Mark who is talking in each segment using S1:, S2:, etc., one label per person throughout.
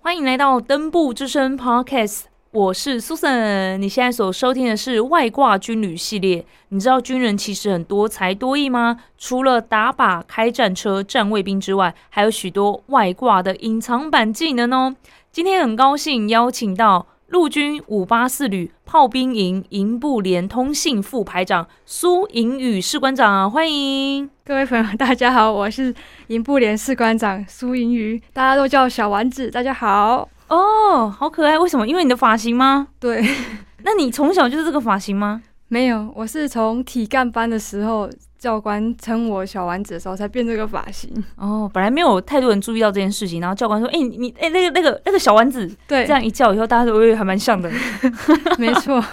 S1: 欢迎来到登步之声 Podcast，我是 Susan。你现在所收听的是外挂军旅系列。你知道军人其实很多才多艺吗？除了打靶、开战车、站卫兵之外，还有许多外挂的隐藏版技能哦。今天很高兴邀请到陆军五八四旅炮兵营营部连通信副排长苏颖宇士官长，欢迎。
S2: 各位朋友，大家好，我是营部连士官长苏银鱼，大家都叫小丸子。大家好，
S1: 哦，好可爱！为什么？因为你的发型吗？
S2: 对，
S1: 那你从小就是这个发型吗？
S2: 没有，我是从体干班的时候，教官称我小丸子的时候才变这个发型。
S1: 哦，本来没有太多人注意到这件事情，然后教官说：“哎、你你哎、那个那个那个小丸子，
S2: 对
S1: 这，样一叫以后，大家都会还蛮像的。
S2: 没错，”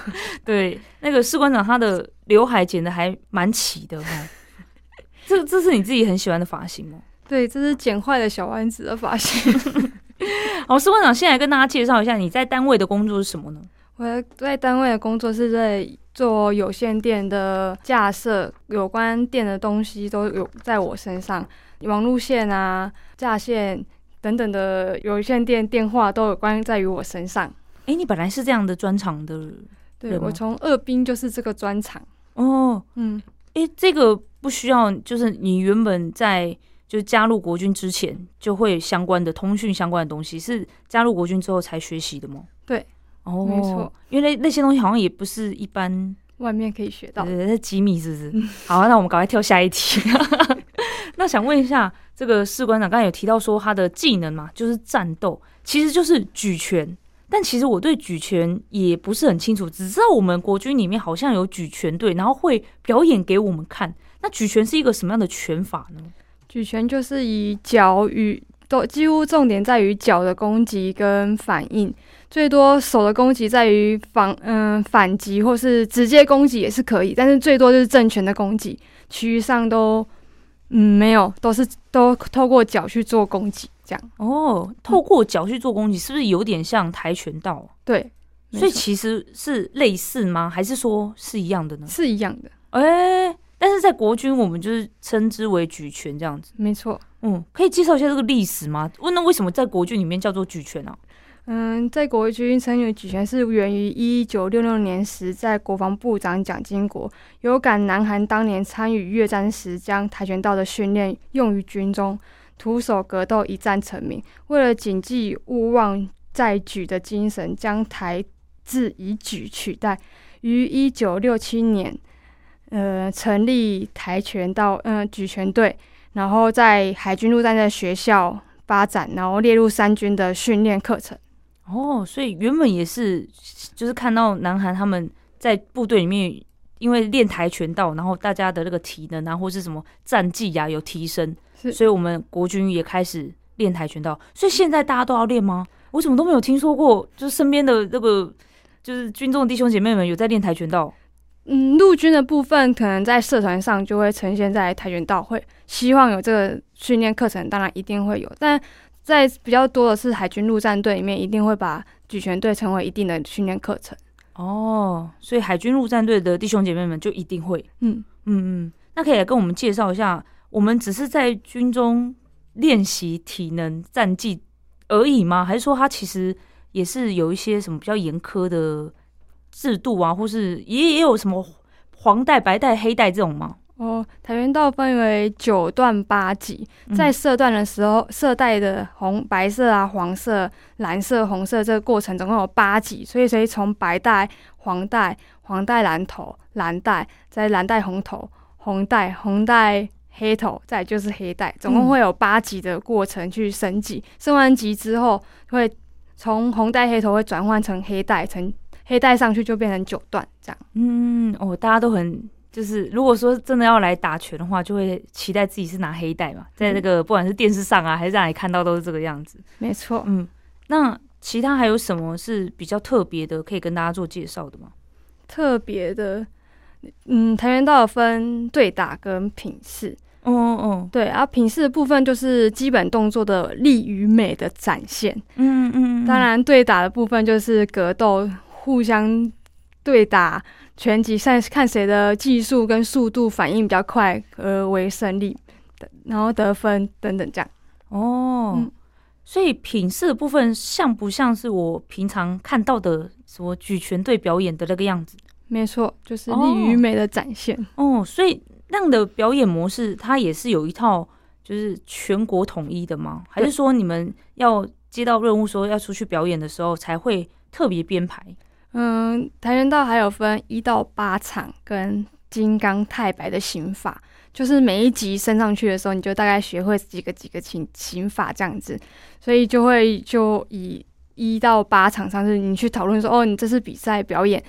S1: 对，那个士官长他的刘海剪的还蛮齐的哦。 这这是你自己很喜欢的发型吗？
S2: 对，这是剪坏的小丸子的发型。
S1: 好，哦士官长，先来跟大家介绍一下你在单位的工作是什么呢？
S2: 我在单位的工作是在做有线电的架设，有关电的东西都有在我身上，网路线啊、架线等等的有线电电话都有关在于我身上。
S1: 哎、你本来是这样的专长的
S2: 对
S1: 人吗
S2: 我从二兵就是这个专场，
S1: 哦。
S2: 嗯，
S1: 哎、这个不需要，就是你原本在就是加入国军之前就会有相关的通讯相关的东西，是加入国军之后才学习的吗？
S2: 对，
S1: 哦，
S2: 没错，
S1: 因为那那些东西好像也不是一般，
S2: 外面可以学到
S1: 呃，。那机密是不是？ 好啊，那我们赶快跳下一题。 那想问一下，这个士官长刚才有提到说他的技能嘛，就是战斗，其实就是举拳。但其实我对举拳也不是很清楚，只知道我们国军里面好像有举拳队，然后会表演给我们看。那举拳是一个什么样的拳法呢？
S2: 举拳就是以脚与都几乎重点在于脚的攻击跟反应，最多手的攻击在于防嗯、反击或是直接攻击也是可以，但是最多就是正拳的攻击，其余上都嗯没有，都是都透过脚去做攻击这样。
S1: 哦，
S2: 嗯
S1: 透过脚去做攻击，是不是有点像跆拳道？
S2: 对，没
S1: 所以
S2: 错
S1: 其实是类似吗？还是说是一样的呢？
S2: 是一样的，
S1: 哎、但是在国军，我们就是称之为举拳这样子。
S2: 没错。
S1: 嗯，可以介绍一下这个历史吗？问那为什么在国军里面叫做举拳啊？
S2: 嗯，在国军参与举拳是源于一九六六年时，在国防部长蒋经国有感南韩当年参与越战时，将跆拳道的训练用于军中，徒手格斗一战成名。为了谨记勿忘在举的精神，将台字以举取代，于一九六七年，呃，成立跆拳道呃举拳队，然后在海军陆战队学校发展，然后列入三军的训练课程。
S1: 哦，所以原本也是，就是看到南韩他们在部队里面，因为练跆拳道，然后大家的那个体能啊，或是什么战绩呀、有提升，
S2: 是
S1: 所以我们国军也开始练跆拳道。所以现在大家都要练吗？我怎么都没有听说过，就是身边的那个就是军中的弟兄姐妹们有在练跆拳道。
S2: 嗯，陆军的部分可能在社团上就会呈现在跆拳道会，希望有这个训练课程，当然一定会有，但在比较多的是海军陆战队里面，一定会把举拳队成为一定的训练课程。
S1: 哦，所以海军陆战队的弟兄姐妹们就一定会。
S2: 嗯，
S1: 嗯嗯，那可以来跟我们介绍一下，我们只是在军中练习体能战绩而已吗？还是说它其实也是有一些什么比较严苛的制度啊，或是也也有什么黄带、白带、黑带这种吗？
S2: 哦，跆拳道分为九段八级，
S1: 嗯
S2: 在射段的时候，射带的红、白色啊、黄色、蓝色、红色这个过程总共有八级，所以所以从白带、黄带、黄带蓝头、蓝带，再蓝带红头、红带、红带黑头，再就是黑带，
S1: 嗯
S2: 总共会有八级的过程去升级。升完级之后，会从红带黑头会转换成黑带，成黑带上去就变成九段这样。
S1: 嗯，哦，大家都很就是，如果说真的要来打拳的话，就会期待自己是拿黑带嘛，在那个不管是电视上啊，还是哪里看到都是这个样子。
S2: 没错。
S1: 嗯，那其他还有什么是比较特别的，可以跟大家做介绍的吗？
S2: 特别的，嗯，跆拳道有分对打跟品势。
S1: 哦哦，
S2: 对，啊，品势的部分就是基本动作的力与美的展现。
S1: 嗯嗯，
S2: 当，然，对打的部分就是格斗，互相对打，拳击赛看谁的技术跟速度反应比较快而为胜利的，然后得分等等这样。
S1: 哦，
S2: 嗯
S1: 所以品色的部分像不像是我平常看到的什么举拳队表演的那个样子？
S2: 没错，就是利于美的展现。
S1: 哦，所以那样的表演模式，它也是有一套就是全国统一的吗？还是说你们要接到任务说要出去表演的时候才会特别编排？
S2: 嗯，跆拳道还有分一到八场跟金刚太白的刑法，就是每一级升上去的时候，你就大概学会几个几个刑刑法这样子，所以就会就以一到八场上是你去讨论说，哦，你这次比赛表演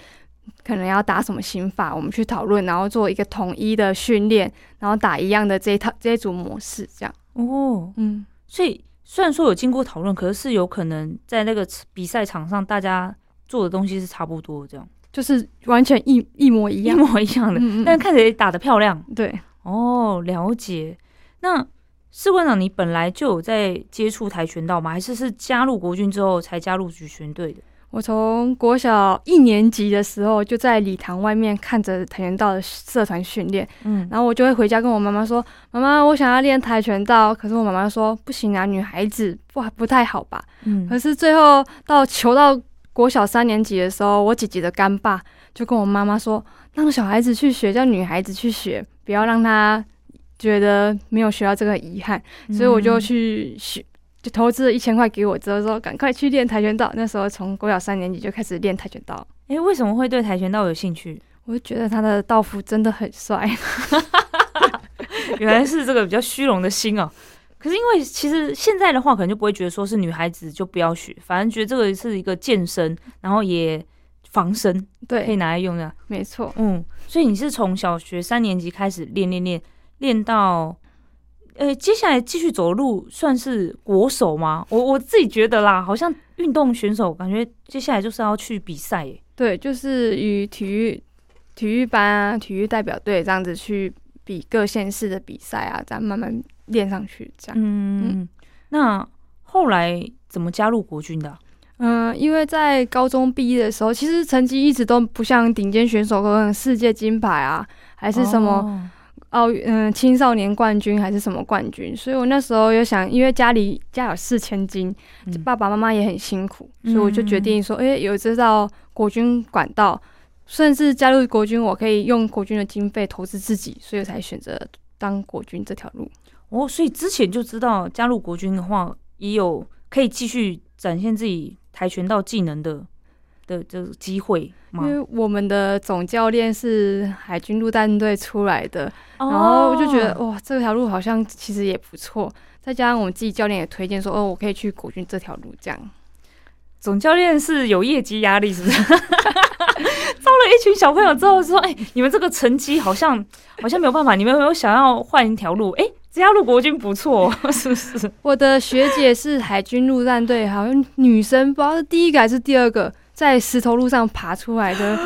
S2: 可能要打什么刑法，我们去讨论，然后做一个统一的训练，然后打一样的这一套这一组模式这样。
S1: 哦，
S2: 嗯，
S1: 所以虽然说有经过讨论，可是是有可能在那个比赛场上大家做的东西是差不多的这样
S2: 就是完全一一模一
S1: 一
S2: 样。
S1: 模一样的，
S2: 嗯嗯
S1: 但看起来打得漂亮。
S2: 对，
S1: 哦，了解。那士官长，你本来就有在接触跆拳道吗？还是是加入国军之后才加入举拳队的？
S2: 我从国小一年级的时候就在礼堂外面看着跆拳道的社团训练，
S1: 嗯，
S2: 然后我就会回家跟我妈妈说：“妈妈，我想要练跆拳道。”可是我妈妈说：“不行啊，女孩子不不太好吧。”
S1: 嗯
S2: 可是最后到求到国小三年级的时候，我姐姐的干爸就跟我妈妈说：“让小孩子去学，叫女孩子去学，不要让她觉得没有学到这个遗憾。”所以我就去学，就投资了一千块给我，之后说赶快去练跆拳道。那时候从国小三年级就开始练跆拳道，
S1: 哎、诶为什么会对跆拳道有兴趣？
S2: 我就觉得他的道服真的很帅。
S1: 原来是这个比较虚荣的心啊。 可是因为其实现在的话，可能就不会觉得说是女孩子就不要学，反正觉得这个是一个健身，然后也防身，可以
S2: 对，
S1: 拿来用的。
S2: 没错，
S1: 嗯，所以你是从小学三年级开始练练练练到，呃，接下来继续走路算是国手吗？我我自己觉得啦，好像运动选手感觉接下来就是要去比赛耶。
S2: 对，就是与体育体育班啊、体育代表队这样子去比各县市的比赛啊，这样慢慢练上去。这样，
S1: 嗯，那后来怎么加入国军的啊、
S2: 嗯、因为在高中毕业的时候，其实成绩一直都不像顶尖选手跟世界金牌啊，还是什么。
S1: 哦？
S2: 奥运嗯青少年冠军还是什么冠军，所以我那时候又想，因为家里家有四千金，
S1: 嗯
S2: 爸爸妈妈也很辛苦，
S1: 嗯
S2: 所以我就决定说，哎、有这道国军管道，甚至加入国军，我可以用国军的经费投资自己，所以我才选择当国军这条路。
S1: 哦，所以之前就知道加入国军的话，也有可以继续展现自己跆拳道技能的的这个机会
S2: 因
S1: 吗？
S2: 为我们的总教练是海军陆战队出来的，然后我就觉得、
S1: 哦
S2: 哇，这条路好像其实也不错，再加上我们自己教练也推荐说，哦，我可以去国军这条路这样。
S1: 总教练是有业绩压力，是不 是？招了一群小朋友之后说：“哎、你们这个成绩好像好像没有办法，你们有没有想要换一条路？哎、加入国军不错，哦 是不是？
S2: 我的学姐是海军陆战队，好像女生，不知道是第一个还是第二个，在石头路上爬出来 的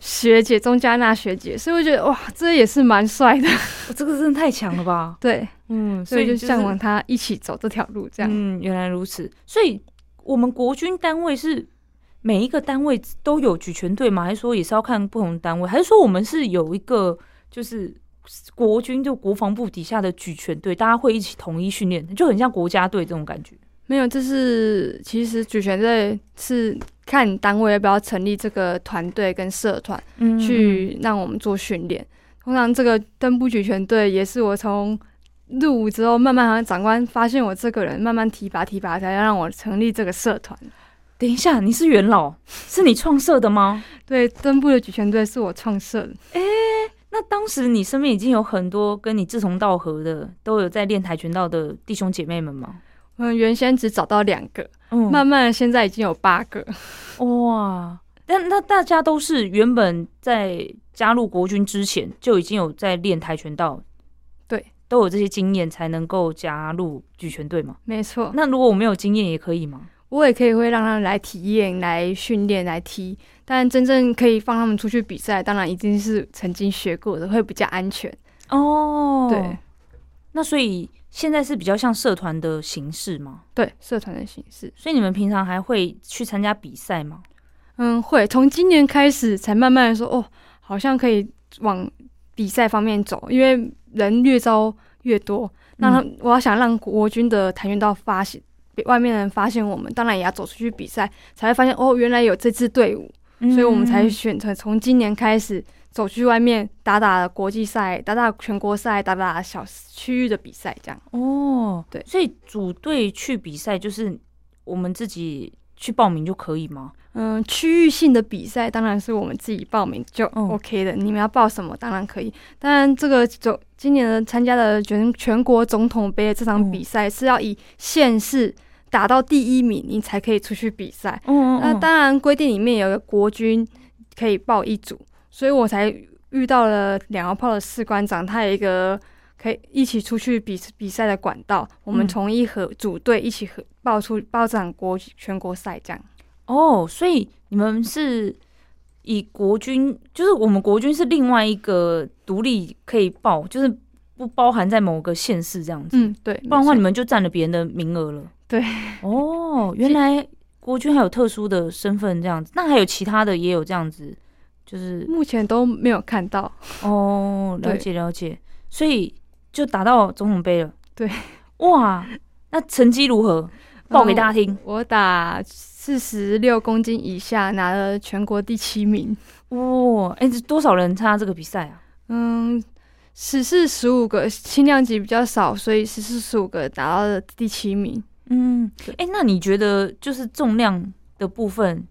S2: 学姐，钟嘉娜学姐，所以我觉得哇，这也是蛮帅 的。
S1: 我这个真的太强了吧！
S2: 对，
S1: 嗯，
S2: 所以就是向往她一起走这条路，这样。
S1: 嗯，原来如此。所以我们国军单位是每一个单位都有举拳队吗？还是说也是要看不同的单位？还是说我们是有一个就是国军就国防部底下的举拳队，大家会一起统一训练，就很像国家队这种感觉？
S2: 没有，这是其实举拳队是看单位要不要成立这个团队跟社团，
S1: 嗯
S2: 去让我们做训练。通常这个登步举拳队也是我从入伍之后，慢慢好像长官发现我这个人，慢慢提拔提拔，才要让我成立这个社团。
S1: 等一下，你是元 老，是你创设的吗？
S2: 对，登步的举拳队是我创设的。
S1: 那当时你身边已经有很多跟你志同道合的，都有在练跆拳道的弟兄姐妹们吗？
S2: 嗯，原先只找到两个，
S1: 嗯
S2: 慢慢的现在已经有八个。
S1: 哇，但那大家都是原本在加入国军之前就已经有在练跆拳道，
S2: 对，
S1: 都有这些经验才能够加入举拳队嘛。
S2: 没错，
S1: 那如果我没有经验也可以吗？
S2: 我也可以会让他们来体验、来训练、来踢，但真正可以放他们出去比赛，当然一定是曾经学过的，会比较安全。
S1: 哦
S2: 对，
S1: 那所以现在是比较像社团的形式嘛，
S2: 对，社团的形式。
S1: 所以你们平常还会去参加比赛吗？
S2: 嗯，会从今年开始才慢慢的说，哦，好像可以往比赛方面走，因为人越招越多，让他、我要想让国军的跆拳道发行别外面的人发现我们，当然也要走出去比赛，才会发现哦，原来有这支队伍，
S1: 嗯
S2: 所以我们才选择从今年开始走去外面打打国际赛，打打全国赛，打打小区域的比赛，这样。
S1: 哦，
S2: 对
S1: 所以组队去比赛就是我们自己去报名就可以吗？
S2: 嗯，区域性的比赛当然是我们自己报名就
S1: 嗯
S2: OK 的，你们要报什么当然可以。当然，这个总今年的参加的全全国总统杯的这场
S1: 嗯
S2: 比赛是要以县市打到第一名，你才可以出去比赛。
S1: 嗯
S2: 那当然，规定里面有个国军可以报一组，所以我才遇到了两号炮的士官长，他有一个可以一起出去比比赛的管道。我
S1: 嗯
S2: 们从一合组队一起合报出报这场国全国赛这样。
S1: 哦，所以你们是以国军，就是我们国军是另外一个独立可以报，就是不包含在某个县市这样子，
S2: 嗯，对，
S1: 不然的
S2: 没错
S1: 话你们就占了别人的名额了。
S2: 对，
S1: 哦，原来国军还有特殊的身份这样子，那还有其他的也有这样子，就是
S2: 目前都没有看到。
S1: 哦，了
S2: 对
S1: 解了解，所以就打到总统杯了。
S2: 对，
S1: 哇，那成绩如何？报给大家
S2: 家，
S1: 听。
S2: 我打四十六公斤以下，拿了全国第七名。
S1: 哇、哎、这多少人参加这个比赛啊？
S2: 嗯，十四十五个轻量级比较少，所以十四十五个达到了第七名。
S1: 嗯，
S2: 对
S1: 哎、那你觉得就是重量的部分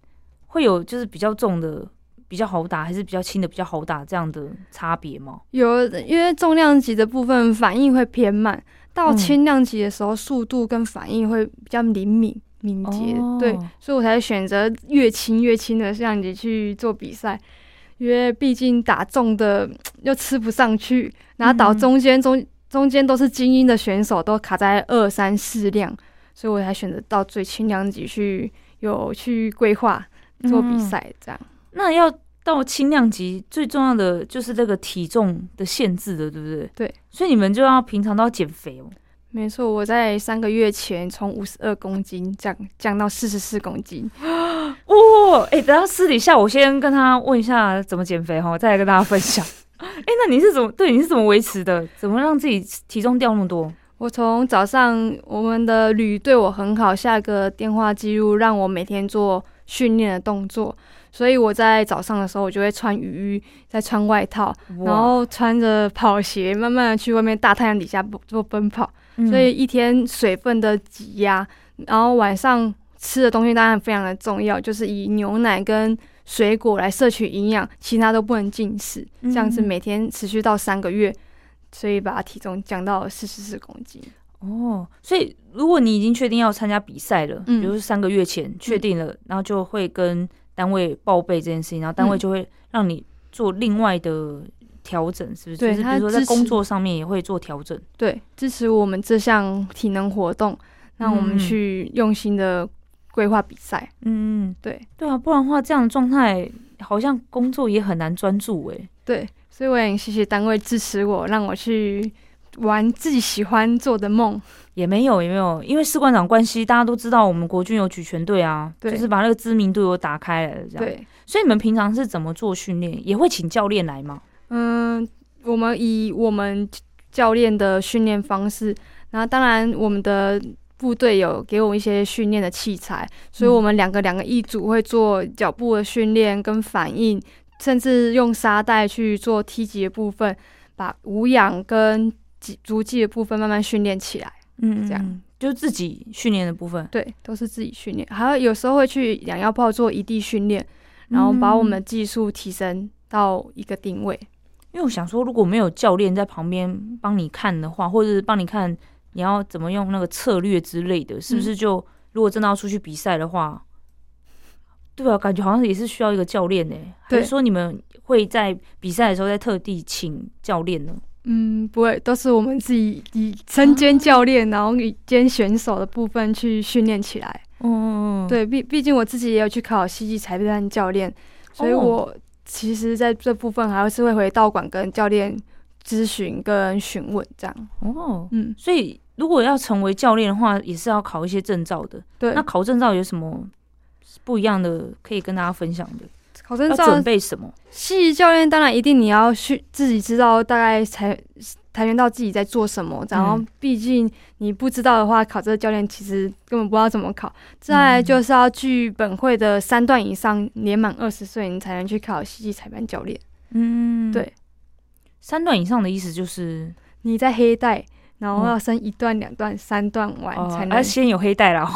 S1: 会有就是比较重的比较好打，还是比较轻的比较好打这样的差别吗？
S2: 有，因为重量级的部分反应会偏慢，到
S1: 嗯
S2: 轻量级的时候，速度跟反应会比较灵敏敏捷。
S1: 哦
S2: 对，所以我才选择越轻越轻的量级去做比赛，因为毕竟打中的又吃不上去，然后到
S1: 嗯
S2: 中间中中间都是精英的选手，都卡在二三四量，所以我才选择到最轻量级去有去规划做比
S1: 嗯
S2: 赛这样。
S1: 那要到轻量级，最重要的就是这个体重的限制的，对不对？
S2: 对，
S1: 所以你们就要平常都要减肥哦。
S2: 没错，我在三个月前从五十二公斤降降到四十四公斤。
S1: 哇、哎、等一下私底下我先跟他问一下怎么减肥哈，再来跟大家分 享。哎、那你是怎么对你是怎么维持的？怎么让自己体重掉那么多？
S2: 我从早上我们的旅对我很好，下个电话记录让我每天做训练的动作，所以我在早上的时候我就会穿雨衣，再穿外套，然
S1: 哇，
S2: 后穿着跑鞋，慢慢的去外面大太阳底下做做奔跑，
S1: 嗯
S2: 所以一天水分的挤压，然后晚上吃的东西当然非常的重要，就是以牛奶跟水果来摄取营养，其他都不能进食，这样子
S1: 嗯
S2: 每天持续到三个月，所以把体重降到四十四公斤。
S1: 哦，所以如果你已经确定要参加比赛了，
S2: 嗯
S1: 比如说三个月前确定了，然后就会跟单位报备这件事情，然后单位
S2: 嗯
S1: 就会让你做另外的调整，是不是？
S2: 对
S1: 就是比
S2: 他
S1: 如说在
S2: 支持
S1: 工作上面也会做调整。
S2: 对，支持我们这项体能活动，让我们
S1: 嗯
S2: 去用心的规划比赛。
S1: 嗯，
S2: 对
S1: 对啊，不然的话这样的状态好像工作也很难专注哎、
S2: 对，所以我也很谢谢单位支持我，让我去玩自己喜欢做的梦。
S1: 也没有，也没有，因为士官长关系，大家都知道我们国军有举全队啊，
S2: 对
S1: 就是把那个知名度有打开来了，这样。
S2: 对，
S1: 所以你们平常是怎么做训练？也会请教练来吗？
S2: 嗯，我们以我们教练的训练方式，然后当然我们的部队有给我一些训练的器材，所以
S1: 嗯
S2: 我们两个两个一组会做脚步的训练跟反应，甚至用沙袋去做踢击的部分，把无氧跟击足技的部分慢慢训练起来。
S1: 嗯
S2: 这样
S1: 嗯嗯就自己训练的部分。
S2: 对，都是自己训练，还有有时候会去两药炮做一地训练，然后把我们的
S1: 嗯
S2: 技术提升到一个定位。
S1: 因为我想说，如果没有教练在旁边帮你看的话，或者是帮你看你要怎么用那个策略之类的，是不是就、如果真的要出去比赛的话，对啊，感觉好像也是需要一个教练呢、欸还
S2: 对
S1: 是说你们会在比赛的时候再特地请教练呢？
S2: 嗯，不会，都是我们自己以身
S1: 啊
S2: 兼教练，然后以兼选手的部分去训练起来。
S1: 嗯，
S2: 对，毕毕竟我自己也有去考戏剧裁判教练，所以
S1: 哦
S2: 我其实在这部分还是会回道馆跟教练咨询跟询问这样。
S1: 哦，
S2: 嗯，
S1: 所以如果要成为教练的话，也是要考一些证照的。
S2: 对
S1: 那，考证照有什么不一样的可以跟大家分享的？
S2: 考证
S1: 要
S2: 照
S1: 准备什么？
S2: 戏剧教练当然一定你要去自己知道大概裁跆拳道自己在做什么。然后，毕竟你不知道的话，考这个教练其实根本不知道怎么考。再来就是要去本会的三段以上，年满二十岁，你才能去考戏剧裁判教练。
S1: 嗯，
S2: 对。
S1: 三段以上的意思就是，
S2: 你在黑带，然后要升一段、两段、三段完才
S1: 哦，
S2: 能
S1: 要。先有黑带 啦。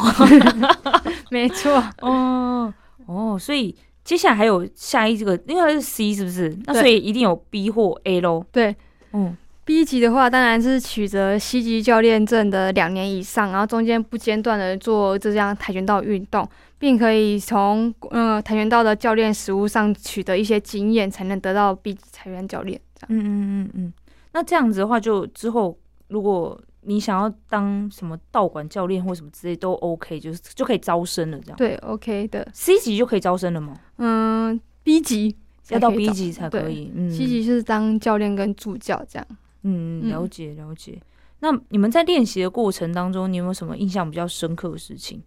S2: 没错，
S1: 哦哦，所以接下来还有下一这个，因为它是 C 是不是？那
S2: 对
S1: 所以一定有 B 或 A 喽。
S2: 对。
S1: 嗯
S2: B 级的话，当然是取得西级教练证的两年以上，然后中间不间断的做这项跆拳道运动，并可以从呃跆拳道的教练实务上取得一些经验，才能得到 B 级裁判教练。这
S1: 嗯
S2: 样
S1: 嗯嗯嗯。那这样子的话，就之后如果你想要当什么道馆教练或什么之类都 OK，就是就可以招生了这样。
S2: 对，OK 的。
S1: C 级就可以招生了吗？
S2: 嗯，B 级
S1: 要到
S2: 才可以
S1: B
S2: 找
S1: 级才可
S2: 对
S1: 以。嗯，
S2: 西级是当教练跟助教这样。
S1: 嗯，
S2: 嗯
S1: 了解了解。那你们在练习的过程当中，你有没有什么印象比较深刻的事情？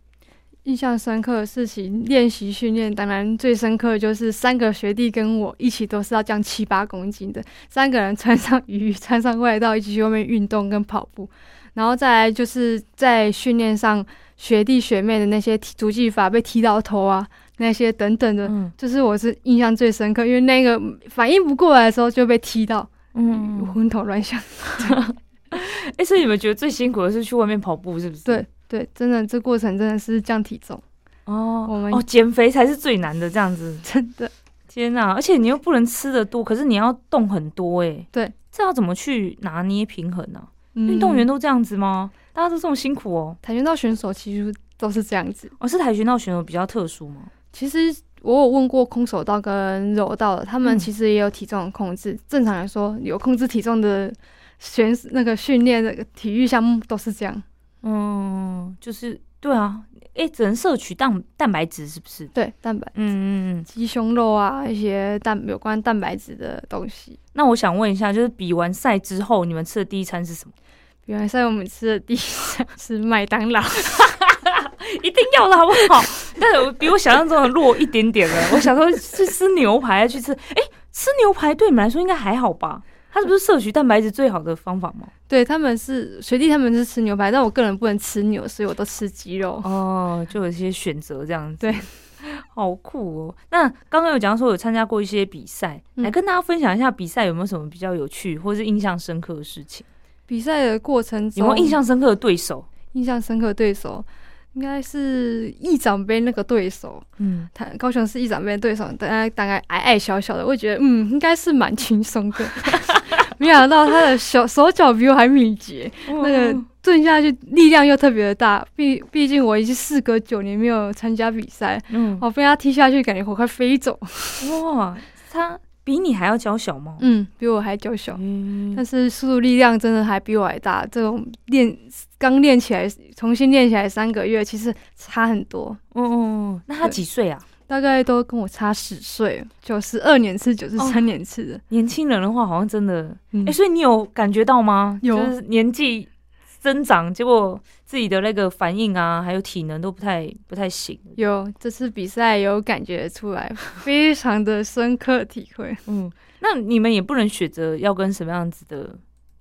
S2: 印象深刻的事情，练习训练，当然最深刻的就是三个学弟跟我一起都是要降七八公斤的，三个人穿上雨衣，穿上外套，一起去外面运动跟跑步，然后再来就是在训练上，学弟学妹的那些踢足技法被踢到头啊，那些等等的，
S1: 嗯
S2: 就是我是印象最深刻，因为那个反应不过来的时候就被踢到，
S1: 嗯， 嗯
S2: 昏头乱想。
S1: 哎、所以你们觉得最辛苦的是去外面跑步，是不是？
S2: 对，对，真的这过程真的是降体重，
S1: 哦，
S2: 我们
S1: 哦，减肥才是最难的，这样子。
S2: 真的。
S1: 天哪、而且你又不能吃的多，可是你要动很多、哎，
S2: 对，
S1: 这要怎么去拿捏平衡呢、运、
S2: 运
S1: 动员都这样子吗？大家都这么辛苦哦。
S2: 嗯跆拳道选手其实都是这样子。
S1: 哦，是跆拳道选手比较特殊吗？
S2: 其实我有问过空手道跟柔道的，他们
S1: 嗯
S2: 其实也有体重的控制。正常来说，有控制体重的选那个训练的体育项目都是这样。
S1: 嗯，就是对啊，哎、只能摄取蛋蛋白质，是不是？
S2: 对，蛋白、
S1: 嗯嗯嗯。
S2: 鸡胸肉啊，一些蛋有关蛋白质的东西。
S1: 那我想问一下，就是比完赛之后，你们吃的第一餐是什么？
S2: 原来在我们吃的第一项是麦当劳，
S1: 一定要的好不好？ 但是我比我想象中的弱一点点了。我想说去吃牛排，去吃，哎、吃牛排对你们来说应该还好吧？它是不是摄取蛋白质最好的方法吗？
S2: 对他们是学弟，他们是吃牛排，但我个人不能吃牛，所以我都吃鸡肉。
S1: 哦，就有一些选择这样子。
S2: 对，
S1: 好酷哦。那刚刚有讲说有参加过一些比赛，
S2: 嗯
S1: 来跟大家分享一下比赛有没有什么比较有趣或是印象深刻的事情？
S2: 比赛的过程
S1: 有
S2: 中，
S1: 没有印象深刻的对手？
S2: 印象深刻的对手应该是议长杯那个对手，
S1: 嗯，
S2: 他高雄市议长杯的对手，大概大概矮矮小小的，我觉得嗯应该是蛮轻松的。没想到他的手手脚比我还敏捷，
S1: 哦
S2: 那个蹲下去力量又特别的大。毕毕竟我已经事隔九年没有参加比赛，
S1: 嗯，
S2: 我被他踢下去，感觉我快飞走。
S1: 哇，他比你还要娇小吗？
S2: 嗯，比我还娇小，
S1: 嗯，
S2: 但是速度力量真的还比我还大。这种练刚练起来，重新练起来三个月，其实差很多。
S1: 哦哦，那他
S2: 对
S1: 几岁啊？
S2: 大概都跟我差十岁，九十二年次、九十三年次的。
S1: 年轻人的话，好像真的，
S2: 嗯
S1: 哎、所以你有感觉到吗？
S2: 有
S1: 就是年纪增长，结果自己的那个反应啊，还有体能都不太不太行。
S2: 有这次比赛有感觉出来， 非常的深刻体会。
S1: 嗯，那你们也不能选择要跟什么样子的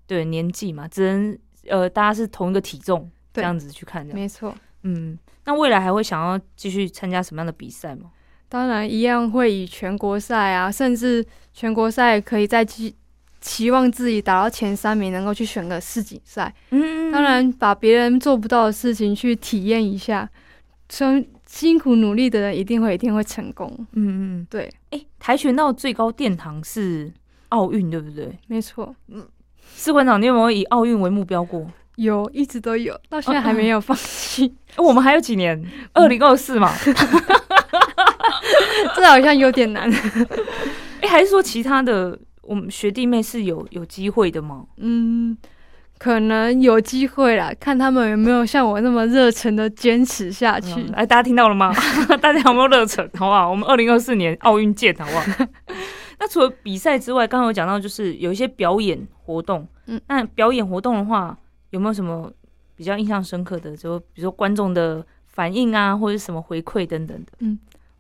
S1: 对年纪嘛，只能呃大家是同一个体重这
S2: 对
S1: 样子去看这样。
S2: 没错，
S1: 嗯，那未来还会想要继续参加什么样的比赛吗？
S2: 当然一样会以全国赛啊，甚至全国赛可以再期期望自己打到前三名，能够去选个世锦赛。
S1: 嗯
S2: 当，然，把别人做不到的事情去体验一下，辛辛苦努力的人一定会一定会成功。
S1: 嗯嗯，
S2: 对，
S1: 哎、跆拳道最高殿堂是奥运，对不对？
S2: 没错，
S1: 士官长，你有没有以奥运为目标过？哦
S2: 有一直都有，到现在还没有放弃。
S1: 我们还有几年？二零二四嘛？
S2: 这好像有点难。
S1: 哎、还是说其他的我们学弟妹是有有机会的吗？
S2: 嗯，可能有机会啦，看他们有没有像我那么热忱的坚持下去。
S1: 嗯哎，大家听到了吗？ 大家有没有热忱？好不好？我们二零二四年奥运见，好不 好？那除了比赛之外，刚刚有讲到就是有一些表演活动，嗯
S2: 嗯，
S1: 那表演活动的话，有没有什么比较印象深刻的？就比如说观众的反应啊，或者是什么回馈等等的。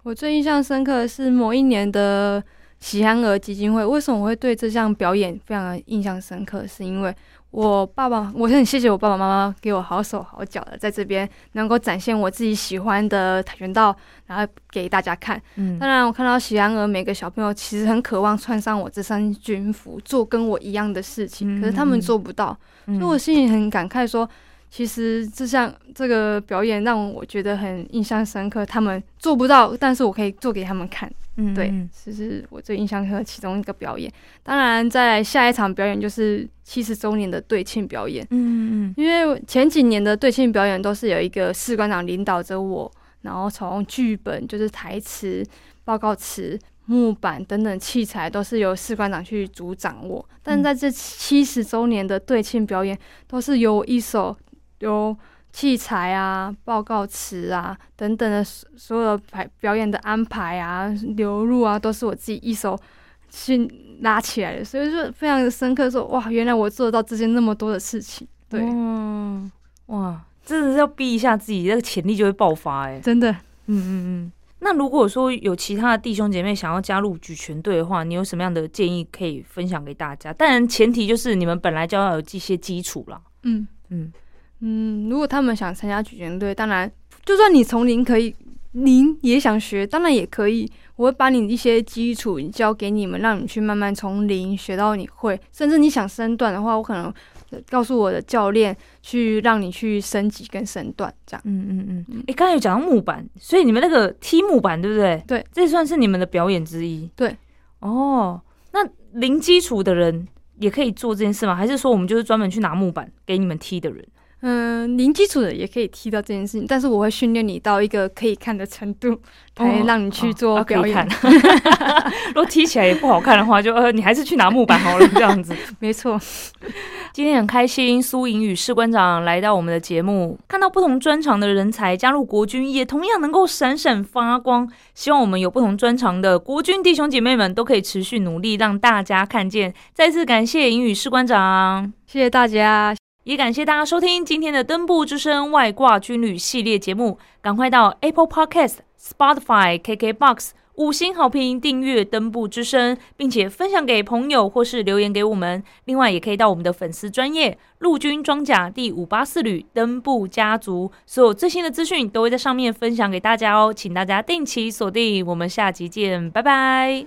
S2: 我最印象深刻的是某一年的喜憨儿基金会。为什么我会对这项表演非常的印象深刻？是因为我爸爸，我很谢谢我爸爸妈妈给我好手好脚的，在这边能够展现我自己喜欢的跆拳道，然后给大家看。
S1: 嗯
S2: 当然，我看到喜憨儿每个小朋友其实很渴望穿上我这身军服，做跟我一样的事情，可是他们做不到，
S1: 嗯
S2: 所以我心里很感慨说。其实这项这个表演让我觉得很印象深刻，他们做不到，但是我可以做给他们看。
S1: 嗯
S2: 对
S1: 嗯，
S2: 这是我最印象深刻的其中一个表演。当然，在下一场表演就是七十周年的对庆表演，
S1: 嗯嗯
S2: 因为前几年的对庆表演都是有一个士官长领导着我，然后从剧本就是台词、报告词、木板等等器材都是由士官长去主掌握。但在这七十周年的对庆表演，都是由我一手由器材啊、报告词啊等等的所所有排表演的安排啊、流入啊，都是我自己一手去拉起来的，所以说非常的深刻说哇，原来我做得到这些那么多的事情，对，
S1: 嗯，哇哇，真的是要逼一下自己，那个潜力就会爆发哎、
S2: 真的。
S1: 嗯嗯嗯。那如果说有其他的弟兄姐妹想要加入举拳队的话，你有什么样的建议可以分享给大家？当然，前提就是你们本来就要有一些基础啦。
S2: 嗯
S1: 嗯
S2: 嗯，如果他们想参加举拳队，当然，就算你从零可以，零也想学，当然也可以。我会把你一些基础教给你们，让你们去慢慢从零学到你会，甚至你想升段的话，我可能呃告诉我的教练去让你去升级跟升段这样。
S1: 嗯嗯嗯。哎、刚才有讲到木板，所以你们那个踢木板对不对？
S2: 对，
S1: 这算是你们的表演之一。
S2: 对。
S1: 哦，那零基础的人也可以做这件事吗？还是说我们就是专门去拿木板给你们踢的人？
S2: 嗯，零基础的也可以踢到这件事情，但是我会训练你到一个可以看的程度，才
S1: 哦
S2: 让你去
S1: 哦
S2: 做
S1: 啊可以
S2: 表演。
S1: 看 如果踢起来也不好看的话，就呃，你还是去拿木板好了，这样子。
S2: 没错，
S1: 今天很开心，苏颖与士官长来到我们的节目，看到不同专长的人才加入国军，也同样能够闪闪发光。希望我们有不同专长的国军弟兄姐妹们都可以持续努力，让大家看见。再次感谢颖与士官长。
S2: 谢谢大家，
S1: 也感谢大家收听今天的《登部之声》外挂军旅系列节目。赶快到 Apple Podcast、Spotify、KKBox 五星好评订阅《登部之声》，并且分享给朋友或是留言给我们。另外，也可以到我们的粉丝专业陆军装甲第五八四旅登部家族，所有最新的资讯都会在上面分享给大家哦，请大家定期锁定。我们下集见，拜拜。